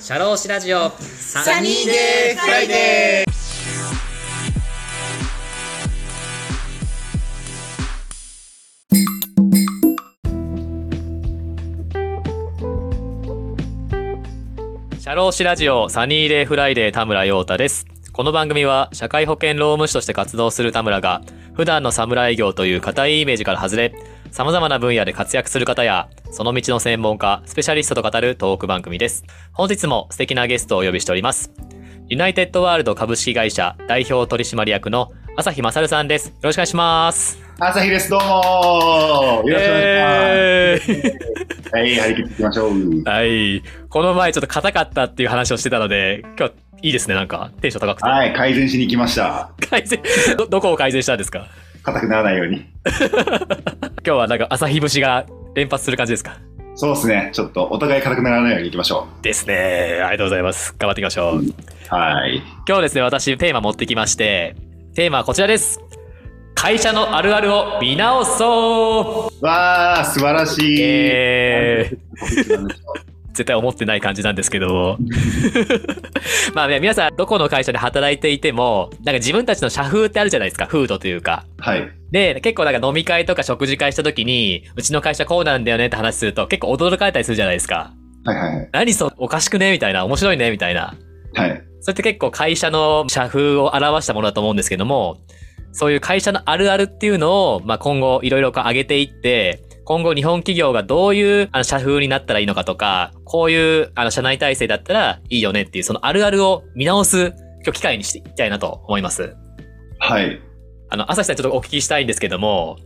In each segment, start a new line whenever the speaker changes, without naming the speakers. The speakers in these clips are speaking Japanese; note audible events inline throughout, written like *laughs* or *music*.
シャローシラジオサ
ニーデーフライデ
ーシャローシラジオサニーデーフライデー田村陽太ですこの番組は社会保険労務士として活動する田村が普段の侍業という固いイメージから外れ様々な分野で活躍する方やその道の専門家スペシャリストと語るトーク番組です本日も素敵なゲストをお呼びしております。ユナイテッドワールド株式会社代表取締役の朝日勝さんです。よろしくお願いします。
朝日です、どうもよろしくお願いし
え
ます。はい、張り切っていきましょう。
ーはい。この前ちょっと硬かったっていう話をしてたので、今日いいですね、なんか。テンション高くて。
はい、改善しに来ました。
改善ど、どこを改善したんですか
硬くならないように。
今日はなんか朝日節が連発する感じですか
そうですね、ちょっとお互い硬くならないようにいきましょ
ですね。ありがとうございます。頑張っていきましょう。
う。はい。
今日ですね、私テーマ持ってきまして、テーマはこちらです。会社のあるあるを見直そう
わー、素晴らしい。
えー
なんでしょ
絶対思ってない感じなんですけ *laughs* どまあね皆さんどこの会社で働いていてもなんか自分たちの社風ってあるじゃないですか風土というか
うはい。
で結構なんか飲み会とか食事会した時にうちの会社こうなんだよねって話すると結構驚かれたりするじゃないですか
はいはいはい。
何そうおかしくねみたいな面白いねみたいな
はい。
それって結構会社の社風を表したものだと思うんですけども、そういう会社のあるあるっていうのを、まあ、今後いろいろこう上げていって、今後日本企業がどういうあの社風になったらいいのかとか、こういうあの社内体制だったらいいよねっていう、そのあるあるを見直す今日機会にしていきたいなと思います。
はい。
あの、朝日さんちょっとお聞きしたいんですけども、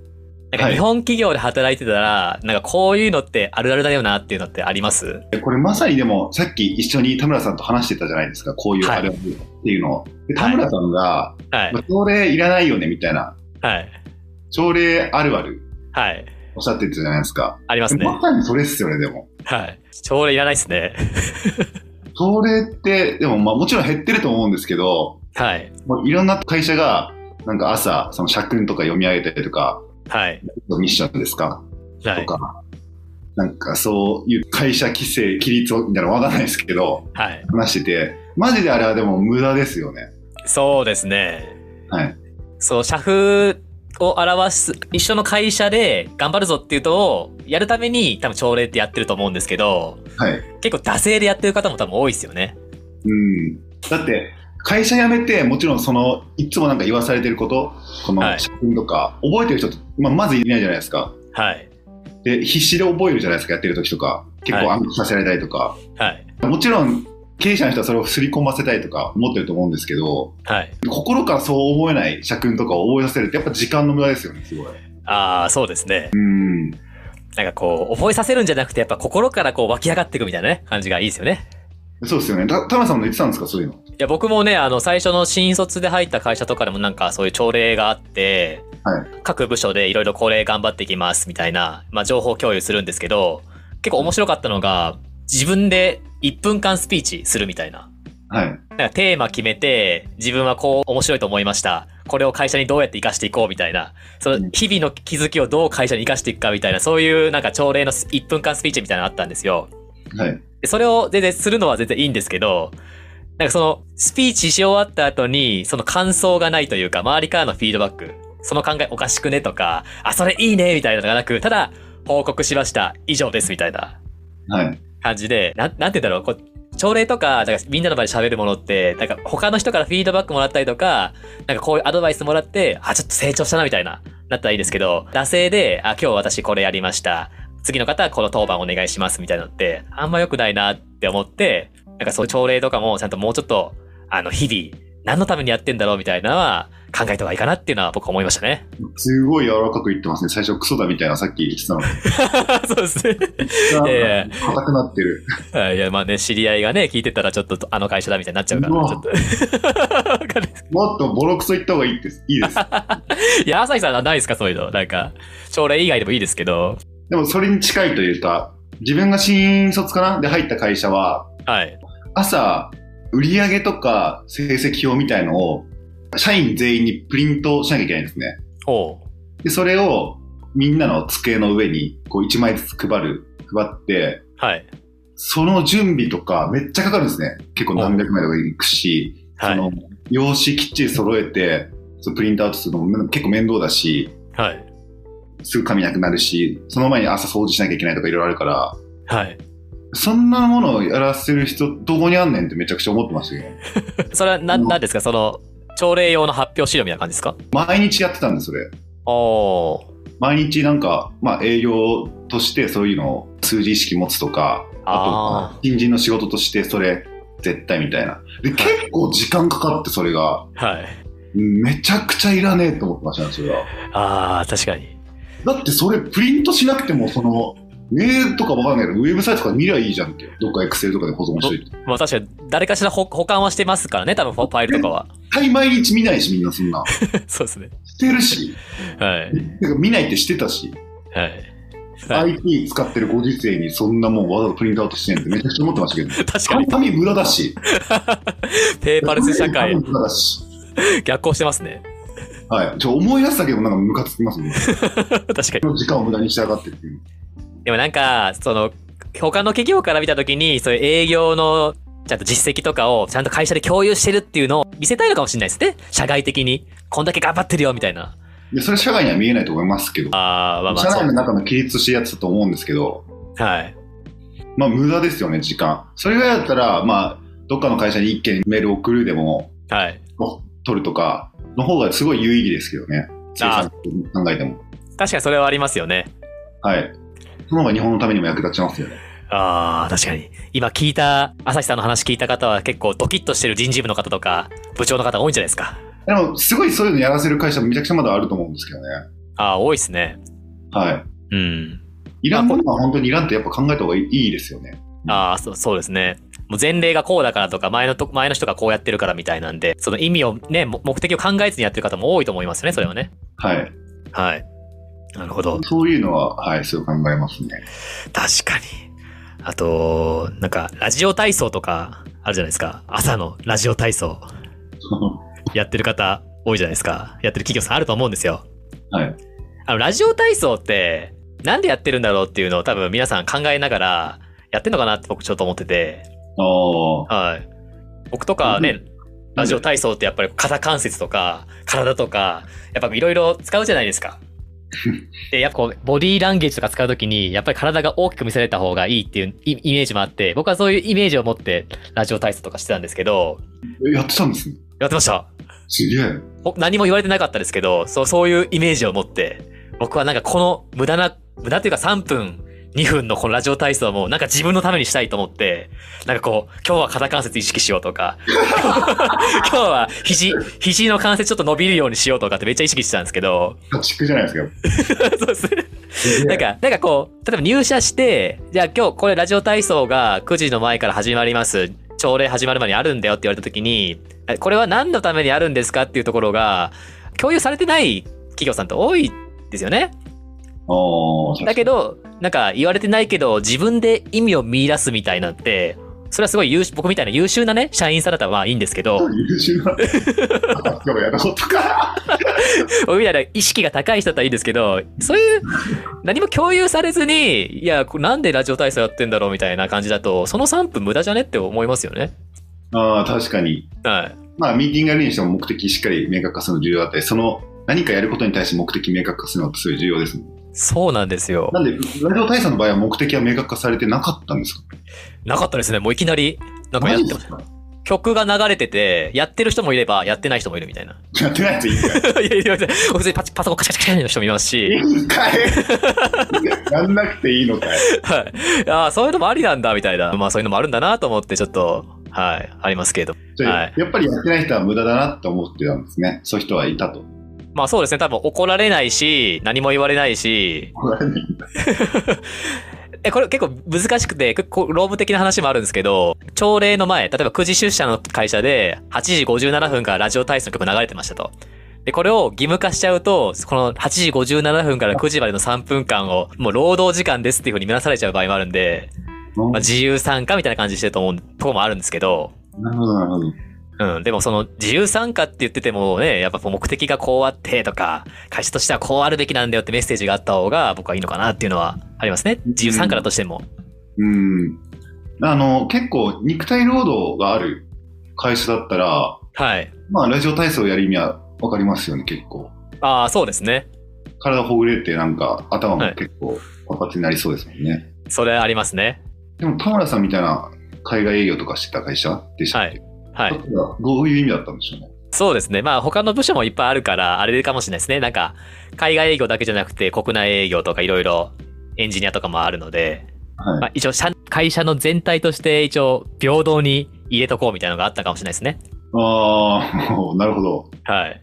なんか
はい
日本企業で働いてたら、なんかこういうのってあるあるだよなっていうのってあります
これまさにでも、さっき一緒に田村さんと話してたじゃないですか、こういう
はい
あるあるっていうのを。で田村さんが、
はい
ま。あ朝礼いらないよね、みたいな。
はい。
朝礼あるある、
はい。
おっしゃってたじゃないですか。
ありますね。
まさにそれっすよね、でも。
はい。朝礼いらないですね。
それって、でもまあもちろん減ってると思うんですけど、
はい。
もういろんな会社が、なんか朝、その社訓とか読み上げたりとか、
はい。
ミッションですか、
は
と
い。
か、なんかそういう会社規制、規律みたいなのわかんないですけど、
はい。
話してて、マジであれはでも無駄ですよね。
そうですね。
はい。
そう、社風を表す、一緒の会社で頑張るぞっていうのをやるために多分朝礼ってやってると思うんですけど、
はい。
結構惰性でやってる方も多分多いですよね。
うん。だって、会社辞めて、もちろんその、いつもなんか言わされてること、こ
は
の
い
社訓とか、覚えてる人って、まあ、まずいないじゃないですか。
はい。
で、必死で覚えるじゃないですか、やってる時とか。結構暗記させられたりとか。
はい。
もちろん経営者の人はそれを刷り込ませたいとか思ってると思うんですけど
はい。
心からそう思えない社訓とかを覚えさせるってやっぱ時間の無駄ですよねすごい
ああ、そうですね。
うん
なんかこう、覚えさせるんじゃなくて、やっぱ心からこう湧き上がっていくみたいなね、感じがいいですよね。
そうですよねた田村さんも言ってたんですかそういうの
いや、僕もね、あの、最初の新卒で入った会社とかでもなんかそういう朝礼があって、
は
各部署でいろいろこれ頑張っていきますみたいな、まあ、情報共有するんですけど、結構面白かったのが、自分で1分間スピーチするみたいな。
はい
なんかテーマ決めて、自分はこう面白いと思いました。これを会社にどうやって活かしていこうみたいな。その日々の気づきをどう会社に活かしていくかみたいな、そういうなんか朝礼の1分間スピーチみたいなのあったんですよ。
はい
でそれを全然するのは全然いいんですけど、なんかその、スピーチし終わった後に、その感想がないというか、周りからのフィードバック、その考えおかしくねとか、あ、それいいねみたいなのがなく、ただ、報告しました。以上です。みたいな
はい
感じで、なん、なんて言うんだろう、こう、朝礼とか、なんかみんなの前で喋るものって、なんか他の人からフィードバックもらったりとか、なんかこういうアドバイスもらって、あ、ちょっと成長したなみたいな、なったらいいですけど、惰性で、あ、今日私これやりました。次の方はこの当番お願いしますみたいなのって、あんま良くないなって思って、なんかそういう朝礼とかもちゃんともうちょっと、あの、日々、何のためにやってんだろうみたいなのは考えた方がいいかなっていうのは僕思いましたね。 *laughs*
すごい柔らかく言ってますね最初クソだみたいなさっき言ってたの
そうですね。え
が硬くなってる
あいや、まあね、知り合いがね、聞いてたらちょっと、あの会社だみたいになっちゃうから、
うわ
ちょっと。 *laughs* わかる
もっとボロクソ言った方がいいですいいです
いや、朝日さんはないですか、そういうの。なんか、朝礼以外でもいいですけど。
でもそれに近いというか自分が新卒かなで入った会社は
はい。
朝売り上げとか成績表みたいのを社員全員にプリントしなきゃいけないんですね
おう。
で、それをみんなの机の上にこう1枚ずつ配る、配って、
はい。
その準備とかめっちゃかかるんですね。結構何百枚とかいくし、
は
そ
い。
の用紙きっちり揃えて、そのプリントアウトするのも結構面倒だし、
はい。
すぐ紙なくなるし、その前に朝掃除しなきゃいけないとかいろいろあるから、
はい。
そんなものをやらせる人どこにあんねんってめちゃくちゃ思ってましたけど、
*laughs* それはな、
あの
なんですかその、朝礼用の発表資料みたいな感じですか
毎日やってたんです、それ。
おお
毎日なんか、まあ営業としてそういうのを数字意識持つとか、あ
あ
と、新人の仕事としてそれ絶対みたいな。で、結構時間かかってそれが、
ー。はい。
めちゃくちゃいらねえと思ってましたね、それは。
ああ、確かに。
だってそれプリントしなくてもそのメールとかわかんないけどウェブサイトとか見りゃいいじゃんってどっかエクセルとかで保存しといて
まあ確かに、誰かしら保保管はしてますからね、多分フォファイルとかは。
大毎日見ないしみんなそんな
*laughs* そうですね。
してるし
はい。
てか見ないってしてたし、
はい。はい、
IT 使ってるご時世にそんなもんわざわざプリントアウトしてんってめちゃくちゃ思ってましたけど
*laughs* 確かに、
紙無駄だし
ペーパルス社会
*laughs* 紙、無駄だし
逆行してますね。 *laughs*
はいちょ思い出したけどなんかムカつきますもん
確かに。
時間を無駄にしやがってっていう
でもなんか、その、他の企業から見たときに、そういう営業の、ちゃんと実績とかを、ちゃんと会社で共有してるっていうのを見せたいのかもしれないですね。社外的に。こんだけ頑張ってるよ、みたいな。
でそれ社外には見えないと思いますけど
ああ、まあま
社
あ、そ
内の
う。
中の規律としてやってたと思うんですけど
はい。
まあ無駄ですよね、時間。それがやったら、まあ、どっかの会社に一件メール送るでも、
はい。
取るとか、の方がすごい有意義ですけどね。
あ
生産考えても。
確かにそれはありますよね。
はい。その方が日本のためにも役立ちますよね。
ああ、確かに。今聞いた、朝日さんの話聞いた方は結構ドキッとしてる人事部の方とか、部長の方多いんじゃないですか。
でも、すごいそういうのやらせる会社めちゃくちゃまだあると思うんですけどね。
ああ、多いですね。
はい。
うん。
いらんものは本当にいらんってやっぱ考えた方がいいですよね。
ああ、そう、そうですね。もう前例がこうだからとか、前のと、前の人がこうやってるからみたいなんで、その意味をね、も目的を考えずにやってる方も多いと思いますね、それはね。
はい。
はい。なるほど。
そういうのは、はい、そう考えますね。 *laughs*
確かに。あと、なんか、ラジオ体操とか、あるじゃないですか。朝のラジオ体操、やってる方、多いじゃないですか。やってる企業さんあると思うんですよ。
はい。
あの、ラジオ体操って、なんでやってるんだろうっていうのを多分皆さん考えながら、やってんのかなって僕ちょっと思ってて。
ああ。
はい。僕とかね、ラジオ
対
体操ってやっぱり肩関節とか体とかやっぱいろいろ使うじゃないですか。でやっぱこうボディーランゲージとか使う時にやっぱり体が大きく見せられた方がいいっていうイイメージもあって僕はそういうイメージを持ってラジオ体操とかしてたんですけど
やってたんですね。
やってました
すげえ。
ほ何も言われてなかったですけどそうそういうイメージを持って僕はなんかこの無駄な無駄というか3分2分のこのラジオ体操もなんか自分のためにしたいと思ってなんかこう今日は肩関節意識しようとか *laughs* 今日は肘肘の関節ちょっと伸びるようにしようとかってめっちゃ意識してたんですけど *laughs*
家畜じゃないですか。
そうですね
すげ
なん
え。
か、なんかこう、例えば入社して、じゃあ今日これラジオ体操が9時の前から始まります。朝礼始まる前にあるんだよって言われた時に、えこれは何のためにあるんですかっていうところが、共有されてない企業さんって多いですよね。
ああ。
だけど、なんか言われてないけど、自分で意味を見出すみたいなんて、それはすごい優秀、僕みたいな優秀なね、社員さんだったらまあいいんですけど、
*laughs* 優秀な。あでもやったことか。 *laughs*
*laughs* 僕みたいな意識が高い人だったらいいんですけど、そういう、何も共有されずに、いや、こなんでラジオ体操やってんだろうみたいな感じだと、その3分無駄じゃねって思いますよね。
ああ、確かに。
はい。
まあ、ミーティングやるにしても目的しっかり明確化するの重要だったり、その何かやることに対して目的明確化するのってすごい重要ですもん。
そうなんですよ。
なんで、ラジオ大佐の場合は目的は明確化されてなかったんですか
なかったですね。もういきなり、なんかや
マ
っ
ジ
て
で
ます
すか
曲が流れてて、やってる人もいれば、やってない人もいるみたいな。 *laughs*
やってないやついいんかい。
いやいやいや、普通にパチパソコンカチャカチャカチャの人もいますし、
いい
*laughs*
んかいやんなくていいのかい。
はい。ああ、そういうのもありなんだ、みたいな。まあそういうのもあるんだなと思って、ちょっと、はい、ありますけど。
じゃあ
はい
やっぱりやってない人は無駄だなって思ってたんですね。そういう人はいたと。
*laughs* まあそうですね。多分怒られないし、何も言われないし、え、これ結構難しくて、結構ローブ的な話もあるんですけど、朝礼の前、例えば9時出社の会社で、8時57分からラジオ体操の曲流れてましたと。で、これを義務化しちゃうと、この8時57分から9時までの3分間を、もう労働時間ですっていうふうに見なされちゃう場合もあるんで、まあ、自由参加みたいな感じしてると思う、とこもあるんですけど、
なるほど、なるほど。
うん、でもその自由参加って言っててもね、やっぱこう目的がこうあってとか、会社としてはこうあるべきなんだよってメッセージがあった方が僕はいいのかなっていうのはありますね。自由参加だとしても。
うん。あの、結構肉体労働がある会社だったら、
はい。
まあ、ラジオ体操やる意味はわかりますよね、結構。
ああ、そうですね。
体ほぐれて、なんか、頭
は
も
い
結構活発になりそうですもんね。
それありますね。
でも、田村さんみたいな海外営業とかしてた会社でしたっ
は
け、だ
い。
からどういう意味だったんでしょうね。
そうですね。まあ他の部署もいっぱいあるから、あれかもしれないですね。なんか、海外営業だけじゃなくて、国内営業とかいろいろエンジニアとかもあるので、
はい。
まあ一応社、会社の全体として一応平等に入れとこうみたいなのがあったかもしれないですね。
あ *laughs* あ、なるほど。
はい。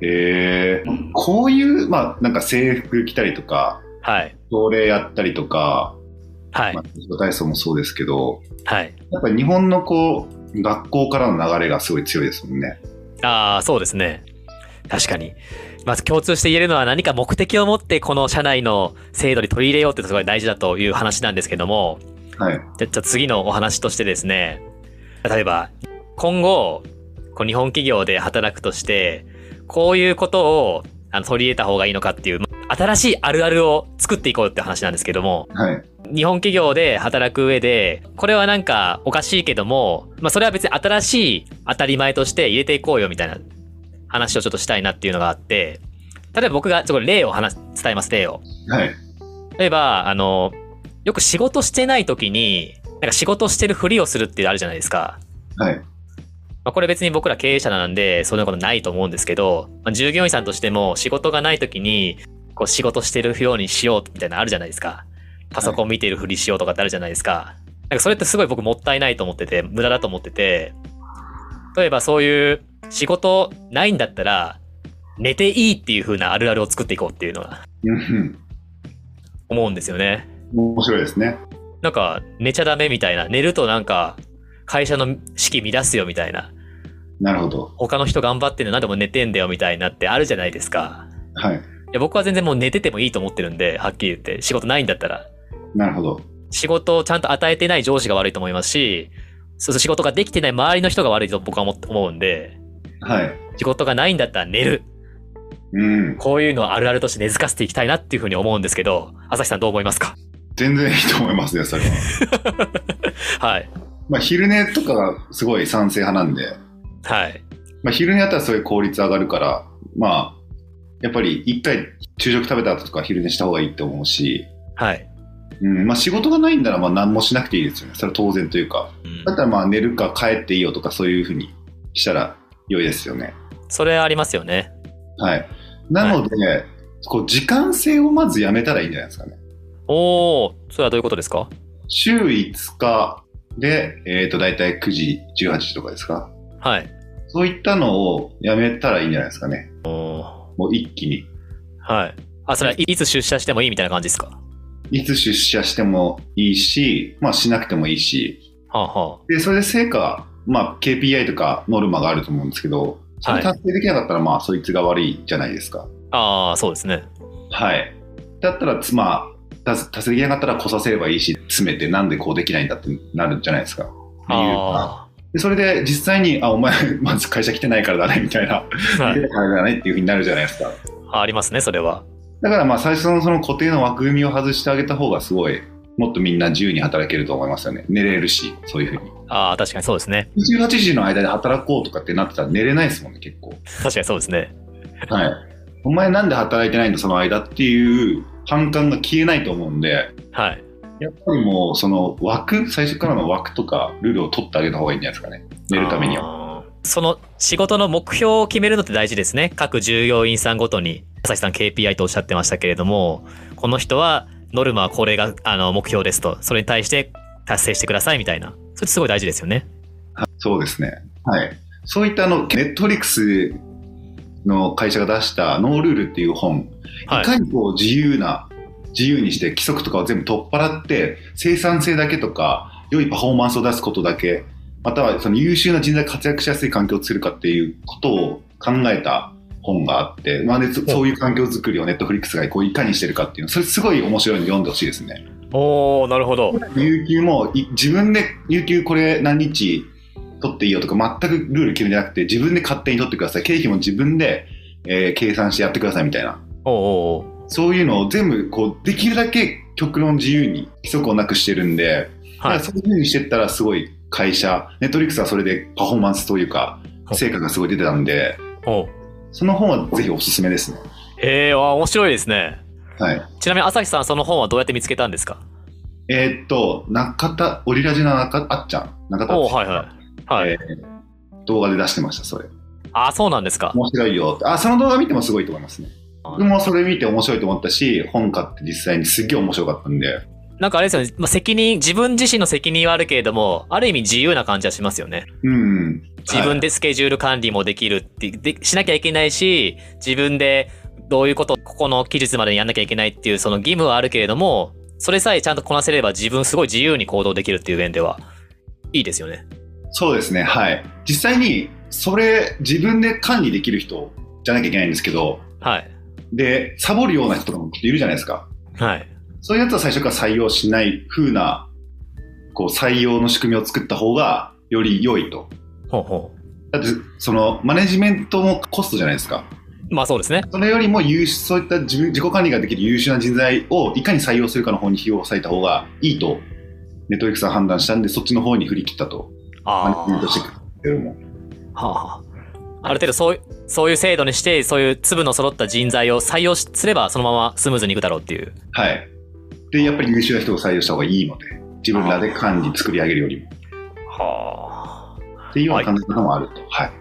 えー、こういう、まあ、なんか制服着たりとか、
はい。
朝礼やったりとか、
はい
まあ。、ラジオ体操もそうですけど、
はい。
やっぱり日本のこう、学校からの流れがすごい強いですもんね。
ああ、そうですね。確かに。まず共通して言えるのは何か目的を持ってこの社内の制度に取り入れようってすごい大事だという話なんですけども、
はい。
じゃじゃあ次のお話としてですね、例えば、今後、こう日本企業で働くとして、こういうことをあの取り入れた方がいいのかっていう、ま新しいあるあるを作っていこうって話なんですけども、
はい。
日本企業で働く上で、これはなんかおかしいけども、まあそれは別に新しい当たり前として入れていこうよみたいな話をちょっとしたいなっていうのがあって、例えば僕がちょっと例を話、伝えます、例を。
はい。
例えば、あの、よく仕事してない時に、なんか仕事してるふりをするってあるじゃないですか。
はい。
まあ、これ別に僕ら経営者なんで、そんなことないと思うんですけど、まあ、従業員さんとしても仕事がない時に、こう仕事してるようにしようみたいなのあるじゃないですか。パソコン見てるふりしようとかってあるじゃないですか。なんかそれってすごい僕もったいないと思ってて、無駄だと思ってて、例えばそういう仕事ないんだったら、寝ていいっていう風なあるあるを作っていこうっていうのが
うん
思うんですよね。
うん面白いですね。
なんか寝ちゃダメみたいな、寝るとなんか会社の式乱すよみたいな、
なるほど。
他の人頑張ってるのなんでも寝てんだよみたいなってあるじゃないですか。
はい。
いや僕は全然もう寝ててもいいと思ってるんで、はっきり言って、仕事ないんだったら。
なるほど。
仕事をちゃんと与えてない上司が悪いと思いますし、そうそう仕事ができてない周りの人が悪いと僕は思って思うんで、
はい。
仕事がないんだったら寝る。
うん。
こういうのをあるあるとして根付かせていきたいなっていうふうに思うんですけど、朝日さんどう思いますか
全然いいと思いますね、それは。
はい。
まあ、昼寝とかがすごい賛成派なんで、
はい。
まあ、昼寝やったらそういう効率上がるから、まあ、やっぱり一回昼食食べた後とか昼寝した方がいいって思うし、
はい。
うん、まあ仕事がないんならまあ何もしなくていいですよね。それは当然というか。
うん
だったらまあ寝るか帰っていいよとかそういうふうにしたら良いですよね。
それありますよね。
はい。なので、こう時間制をまずやめたらいいんじゃないですかね。
おお、それはどういうことですか
週5日で、えっ、と、だいたい9時、18時とかですか。
はい。
そういったのをやめたらいいんじゃないですかね。
おお
もう一気に。
ー、はい。あ、それはいいつ出社してもいいみたいな感じですか
いつ出社してもいいし、まあしなくてもいいし、
はあ、は
で、それで成果、まあ KPI とかノルマがあると思うんですけど、それ達成できなかったらまあそいつが悪いじゃないですか。
あ、あーそうですね。
はい。だったら、つまあ、達達成できなかったら来させればいいし、詰めてなんでこうできないんだってなるんじゃないですか。
あ
でそれで実際に、あ、お前、 *laughs* まず会社来てないからだね、みたいな、 *laughs*
あ、は
来て
い。
ないからだねっていうふうになるじゃないですか。
ありますね、それは。
だからまあ最初のその固定の枠組みを外してあげた方がすごい、もっとみんな自由に働けると思いますよね。寝れるし、そういうふうに。
ああ、確かにそうですね。
18時の間で働こうとかってなってたら寝れないですもんね、結構。
確かにそうですね。
はい。お前なんで働いてないんだ、その間っていう反感が消えないと思うんで、
はい。
やっぱりもう、その枠、最初からの枠とか、ルールを取ってあげた方がいいんじゃないですかね。寝るためには。
は。その仕事の目標を決めるのって大事ですね。各従業員さんごとに、朝日さん KPI とおっしゃってましたけれども、この人はノルマはこれがあの目標ですと、それに対して達成してくださいみたいな。それってすごい大事ですよね。
そうですね。はい。そういったあの、ネットフリックスの会社が出した、ノールールっていう本、
はいい。
かにこう自由な、自由にして規則とかを全部取っ払って、生産性だけとか、良いパフォーマンスを出すことだけ、またはその優秀な人材が活躍しやすい環境を作るかっていうことを考えた本があって、まあね、そそういう環境づくりをネットフリックスがこういかにしてるかっていうの、それすごい面白いので読んでほしいですね。
おおなるほど。
有給もい自分で有給これ何日取っていいよとか全くルール決めてなくて自分で勝手に取ってください経費も自分で、えー計算してやってくださいみたいな
おお
そういうのを全部こうできるだけ極論自由に規則をなくしてるんで
は
だから
い。
そういうふうにしてったらすごい会社ネットリックスはそれでパフォーマンスというか
はい
成果がすごい出てたんで
おう
その本はぜひおすすめですね
ええー、わあ面白いですね。
はい
ちなみに朝日さんその本はどうやって見つけたんですか
えーっと中田オリラジの中あっちゃん中田
お
あ
お
っちゃん
はいはい。はい。
えー動画で出してましたそれ
あ、そうなんですか。
面白いよってあその動画見てもすごいと思いますね僕もそれ見て面白いと思ったし本買って実際にすっげえ面白かったんで
なんかあれですよね、まあ、責任、自分自身の責任はあるけれども、ある意味自由な感じはしますよね。
うん
自分でスケジュール管理もできるって、でしなきゃいけないし、自分でどういうこと、ここの期日までにやんなきゃいけないっていうその義務はあるけれども、それさえちゃんとこなせれば自分すごい自由に行動できるっていう面では、いいですよね。
そうですねはい実際にそれ自分で管理できる人じゃなきゃいけないんですけど
はい。
でサボるような人とかもいるじゃないですか
はい。
そういうやつは最初から採用しない風なこう採用の仕組みを作った方がより良いと
ほうほ
だってそのマネジメントもコストじゃないですか
う。まあそうですね。
それよりも優秀そういった自分自己管理ができる優秀な人材をいかに採用するかの方に費用を抑えた方がいいとネットフリックスは判断したんでそっちの方に振り切ったとマネ
あ
ジメントしてくれるも
あ。はあ。ある程度そうい、そういう制度にして、そういう粒の揃った人材を採用しすれば、そのままスムーズにいくだろうっていう。
はいでやっぱり優秀な人を採用した方がいいので自分らで管理作り上げるよりも
はあ。
っていうような考え方もあるとはい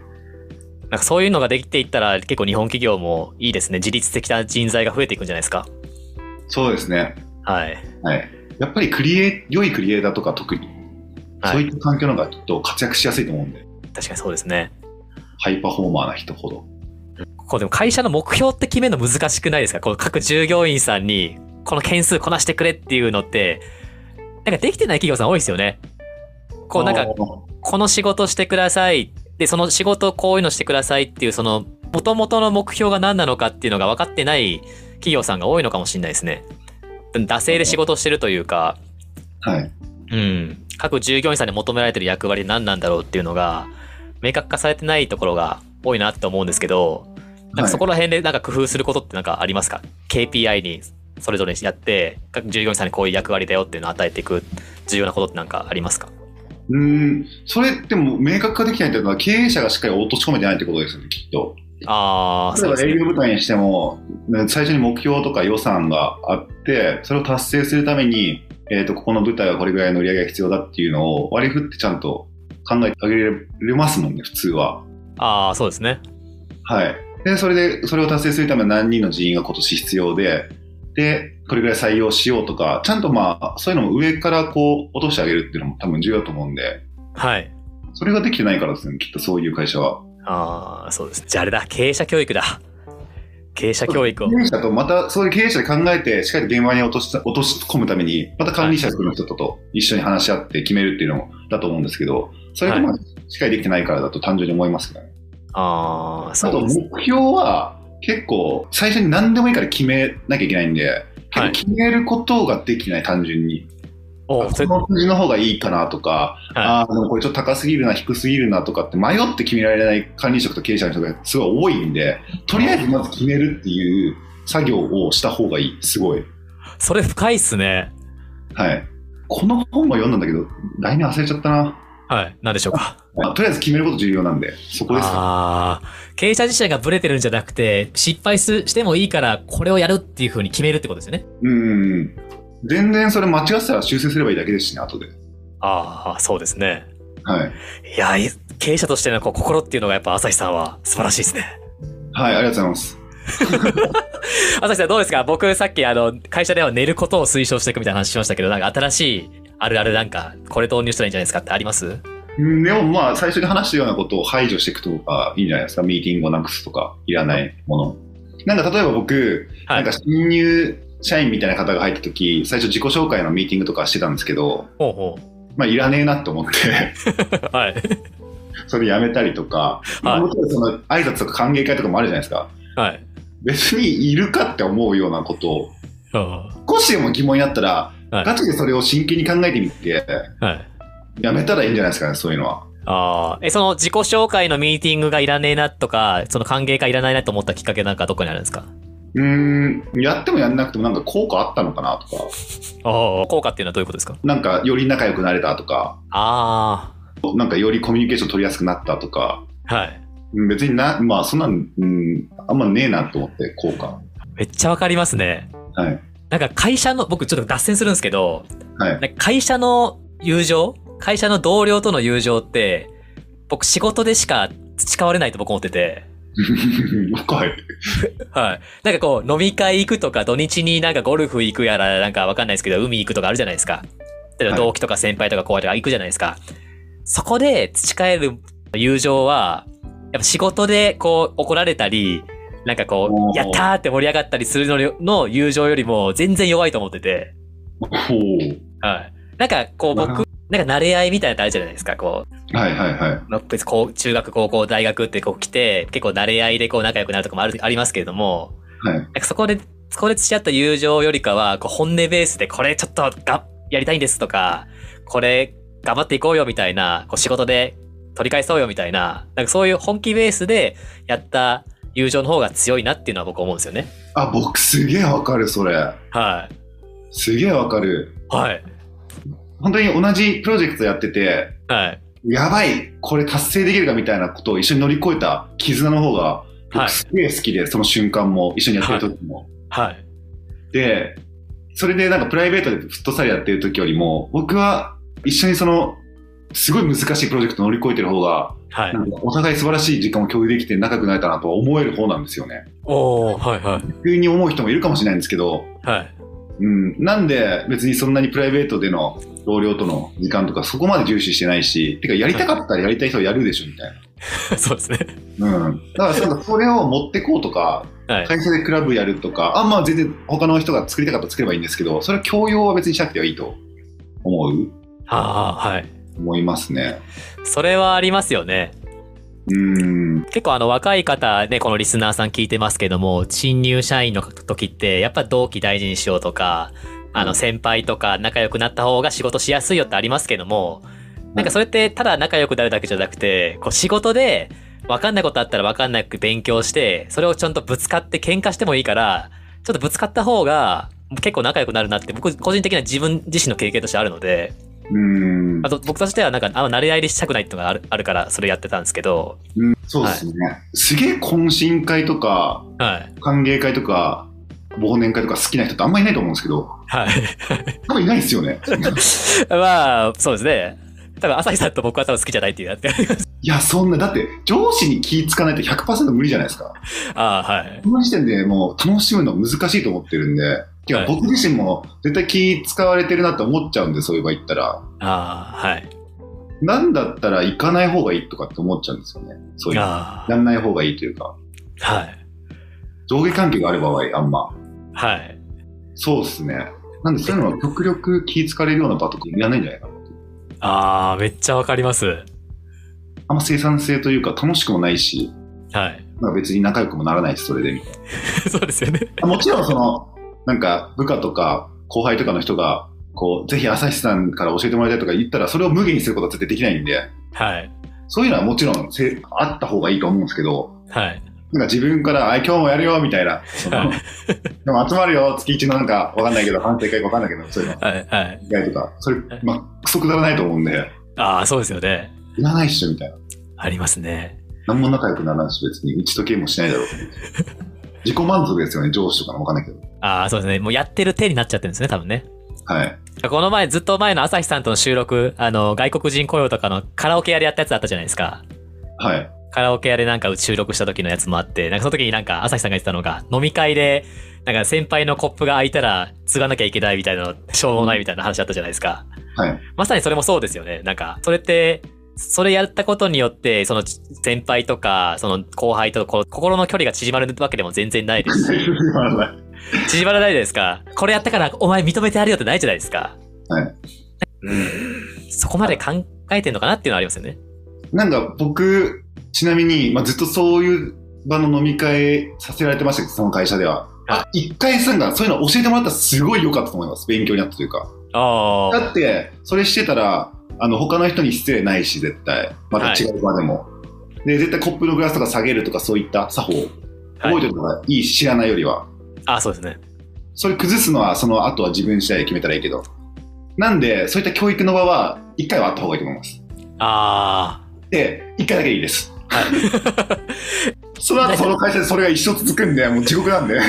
なんかそういうのができていったら結構日本企業もいいですね。自律的な人材が増えていくんじゃないですか。
そうですね
はい。
はい、やっぱりクリエイ良いクリエイターとか特に、
はい
そういった環境の方がきっと活躍しやすいと思うんで
確かにそうですね。
ハイパフォーマーな人ほど
こうでも会社の目標って決めるの難しくないですかこう各従業員さんにこの件数こなしてくれっていうのって、なんかできてない企業さん多いですよね。こうなん
あ
か
ー
この仕事してください。で、その仕事こういうのしてくださいっていうその元々の目標が何なのかっていうのが分かってない企業さんが多いのかもしれないですね。惰性で仕事をしてるというか、
はい
うん、各従業員さんに求められてる役割何なんだろうっていうのが明確化されてないところが多いなって思うんですけどなんかそこら辺でなんか工夫することってなんかありますか ?KPI にそれぞれやって各従業員さんにこういう役割だよっていうのを与えていく重要なことってなんかありますか
うーんそれってもう明確化できないというのは経営者がしっかり落とし込めてないってことですよねきっと
ああ
例
そ
え
う
ば
です
営
ね
業部隊にしてもね最初に目標とか予算があってそれを達成するために、えー、とここの部隊はこれぐらいの売り上げが必要だっていうのを割り振ってちゃんと考えてあげれますもんね普通は
ああそうですね
はい。で、それで、それを達成するために何人の人員が今年必要で、で、これぐらい採用しようとか、ちゃんとまあ、そういうのも上からこう、落としてあげるっていうのも多分重要だと思うんで、
はい
それができてないからですね、きっとそういう会社は。
ああそうですじゃああれだ経営者教育だ経営者教育を
経営者とまた、そういう経営者で考えて、しっかり現場に落とし落とし込むために、また管理者の人とと一緒に話し合って決めるっていうのもだと思うんですけど、それがまあ、しっかりできてないからだと単純に思いますけどね。
ああ
あ
そ
と
う
目
ですね
標は結構最初に何でもいいから決めなきゃいけないんで、
はい
決めることができない単純に
お
こ
うそれ
の数字の方がいいかなとか、
はい
ああでもこれちょっと高すぎるな低すぎるなとかって迷って決められない管理職と経営者の人がすごい多いんでとりあえずまず決めるっていう作業をした方がいいすごい
それ深いっすね
はいこの本も読んだんだけど来年忘れちゃったな、
はい何でしょうか
まあとりあえず決めること重要なんでそこです
ああ、経営者自身がブレてるんじゃなくて、失敗すしてもいいから、これをやるっていうふうに決めるってことですよね。
うん全然それ間違ってたら修正すればいいだけですしね後で
ああ、そうですね。
はい
いや、い経営者としてのこう心っていうのがやっぱ朝日さんは素晴らしいですね。
はい、ありがとうございます。
朝日さんどうですか僕さっきあの、会社では寝ることを推奨していくみたいな話しましたけど、なんか新しいあるあるなんか、これ導入したらいいんじゃないですかってあります
うんでもまあ、最初に話したようなことを排除していくとかいいんじゃないですか。ミーティングをなくすとか、いらないもの。なんか例えば僕、
はい
なんか新入社員みたいな方が入った時、最初自己紹介のミーティングとかしてたんですけど、
ほうほ
まあ、いらねえなと思って、 *laughs*
う。 *laughs* はい。
それやめたりとか、まあもちろんその挨拶とか歓迎会とかもあるじゃないですか。
はい。
別にいるかって思うようなことを、
は
少しでも疑問になったら、
はい
ガチでそれを真剣に考えてみて、
い。
やめたらいいんじゃないですかね、そういうのは。
ああ、え、その自己紹介のミーティングがいらねえなとか、その歓迎会いらないなと思ったきっかけなんかどこにあるんですか
うーん、やってもやんなくてもなんか効果あったのかなとか、
ああ、効果っていうのはどういうことですか
なんかより仲良くなれたとか、
あ
なんかよりコミュニケーション取りやすくなったとか、
あ、はい。
うん別にな、まあそんなん、うん、あんまねえなと思って、効果。
めっちゃわかりますね。 *laughs*
はい。
なんか会社の、僕ちょっと脱線するんですけど、
はい。
なんか会社の友情会社の同僚との友情って、僕仕事でしか培われないと僕思ってて、
深い。
はい。なんかこう、飲み会行くとか、土日になんかゴルフ行くやら、なんかわかんないですけど、海行くとかあるじゃないですか。例えば
はい
同期とか先輩とか後輩とか行くじゃないですか。そこで培える友情は、やっぱ仕事でこう怒られたり、なんかこう、
おー
やったーって盛り上がったりするのよの友情よりも全然弱いと思ってて。
おー
はい。なんかこう
なるほ
僕、なんか慣れ合いみたいなのってあるじゃないですか。こう、
はいはいはい。
まあ別にこう中学、高校、大学ってこう来て、結構慣れ合いでこう仲良くなるとかもあるありますけれども、
はい
なんかそこで、そこで培った友情よりかは、こう本音ベースでこれちょっとがやりたいんですとか、これ頑張っていこうよみたいな、こう仕事で取り返そうよみたいな、なんかそういう本気ベースでやった友情の方が強いなっていうのは僕思うんですよね。
あ、僕すげえわかる、それ。
はい。
すげえわかる。
はい。
本当に同じプロジェクトやってて、
はい。
やばい、これ達成できるかみたいなことを一緒に乗り越えた絆の方が、
はい
僕すげえ好きで、その瞬間も、一緒にやってる時も。
はい。
で、それでなんかプライベートでフットサルやってる時よりも、僕は一緒にその、すごい難しいプロジェクト乗り越えてる方が、
はい
な。んかお互い素晴らしい時間を共有できて仲良くなれたなとは思える方なんですよね。
おおはいは
急に思う人もいるかもしれないんですけど、
い。はい。 *laughs*
うん、なんで別にそんなにプライベートでの同僚との時間とかそこまで重視してないし、てかやりたかったらやりたい人はやるでしょみたい
そうですね。
な。うん。だからなんかそれを持ってこうとか、
はい。
会社でクラブやるとか、あ、まあ全然他の人が作りたかったら作ればいいんですけど、それは教養は別にしなくてはいいと思う
ああ、はい。
思いますね。
それはありますよね。
うん。
結構あの若い方ね、このリスナーさん聞いてますけども、新入社員の時って、やっぱ同期大事にしようとか、あ
う
の
ん
先輩とか仲良くなった方が仕事しやすいよってありますけども、なんかそれってただ仲良くなるだけじゃなくて、こう仕事で分かんないことあったら分かんなく勉強して、それをちゃんとぶつかって喧嘩してもいいから、ちょっとぶつかった方が結構仲良くなるなって、僕個人的には自分自身の経験としてあるので、
うん
あ。と僕としてはなんかあんま慣れ合いでしたくないっていうのがあるあるから、それやってたんですけど、
そうですね。すげえ懇親会とか、
はい。
歓迎会とか、忘年会とか好きな人ってあんまいないと思うんですけど、
はい。
多分いないですよね。
*laughs* まあ、そうですね。多分、朝日さんと僕は多分好きじゃないっていうや *laughs* つ。
いや、そんな、だって、上司に気ぃつかないと100%無理じゃないですか。
ああ、はい。
この時点でもう楽しむの難しいと思ってるんで、てか
はい
僕自身も絶対気使われてるなって思っちゃうんで、そういう場合行ったら。
ああ、はい。
なんだったら行かない方がいいとかって思っちゃうんですよね。そういう。
あ
やんない方がいいというか、
あ、はい。
上下関係がある場合、あんま。
はい。
そうですね。なんでそういうのは極力気使われるような場とかいらないんじゃないかな。
ああ、めっちゃわかります。
あんま生産性というか楽しくもないし、
はい。 *laughs*
まあ、別に仲良くもならないし、それでみたいな
そうですよね。
もちろんその、なんか部下とか後輩とかの人が、こう、ぜひ朝日さんから教えてもらいたいとか言ったら、それを無限にすることは絶対できないんで、
はい。
そういうのはもちろんせあった方がいいと思うんですけど、
はい。
なんか自分から、あ、今日もやるよ、みたいな。その
は
でも集まるよ、月一のなんか、わかんないけど、反省会かわかんないけど、そういうの。
はい。はい。
意外とか、それ、まあ、くそくだらないと思うんで、
ああ、そうですよね。
いらないっしょ、みたいな。
ありますね。
何も仲良くならないし、別に打ち解けもしないだろう。自己満足ですよね、上司とかのわかんないけど。
ああ、そうですね。もうやってる手になっちゃってるんですね、多分ね。
はい。
この前、ずっと前の朝日さんとの収録、あの、外国人雇用とかのカラオケ屋でやったやつあったじゃないですか。
はい。 *laughs*
カラオケ屋でなんか収録した時のやつもあって、なんかその時になんか朝日さんが言ってたのが、飲み会で、なんか先輩のコップが開いたら継がなきゃいけないみたいなの、しょうもないみたいな話あったじゃないですか。
はい。
まさにそれもそうですよね。なんか、それって、それやったことによって、その先輩とか、その後輩とこう心の距離が縮まるわけでも全然ないですし、
*laughs*
縮まらないですか。これやったからお前認めてやるよってないじゃないですか。
はい
うん。そこまで考えてんのかなっていうのはありますよね。
なんか僕、ちなみに、まあ、ずっとそういう場の飲み会させられてましたけど、その会社では。あ一回さんがそういうの教えてもらったらすごい良かったと思います。勉強になったというか。
ああ。
だって、それしてたら、あの、他の人に失礼ないし、絶対。また違う場でも。で、絶対コップのグラスとか下げるとかそういった作法、
はい
覚えてるのがいいし、知らないよりは。
あ、そうですね。
それ崩すのはその後は自分次第で決めたらいいけどなんでそういった教育の場は1回はあった方がいいと思います
あ
で1回だけでいいです
あ。はい。
*laughs* その後その会社でそれが一生続くんでもう地獄なんで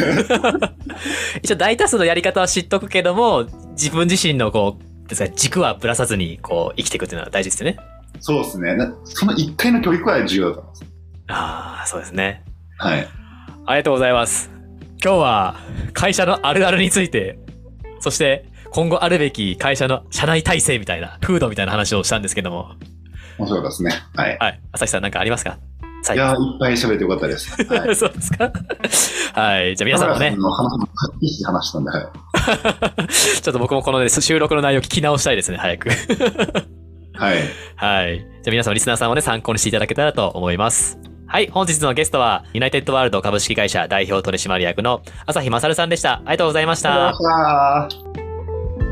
一応大多数のやり方は知っとくけども、自分自身のこう、ですから軸はぶらさずにこう生きていくっていうのは大事ですよね。
そうですねなその1回の教育は重要だと思います
ああ、そうですね。
はい
ありがとうございます。今日は会社のあるあるについて、そして今後あるべき会社の社内体制みたいな、風土みたいな話をしたんですけども、
面白かったですねはい
はい。朝日さんなんかありますか
い
最
や
後。
ーいっぱい喋ってよかったです、は
*laughs*
い
そうですか *laughs* はい。じゃあ皆さんもね、
の話もいい話したんで、はい、
ちょっと僕もこの、ね、収録の内容を聞き直したいですね、早く。
はい、
はい。じゃあ皆さんもリスナーさんをね、参考にしていただけたらと思います。はい。本日のゲストは、ユナイテッドワールド株式会社代表取締役の朝日勝さんでした。ありがとうございました。
した。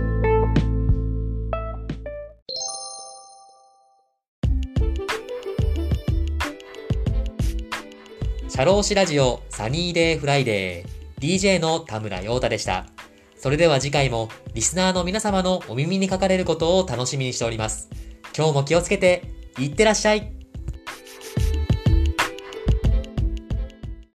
シャローシラジオサニーデイフライデー DJ の田村陽太でした。それでは次回もリスナーの皆様のお耳にかかれることを楽しみにしております。今日も気をつけていってらっしゃい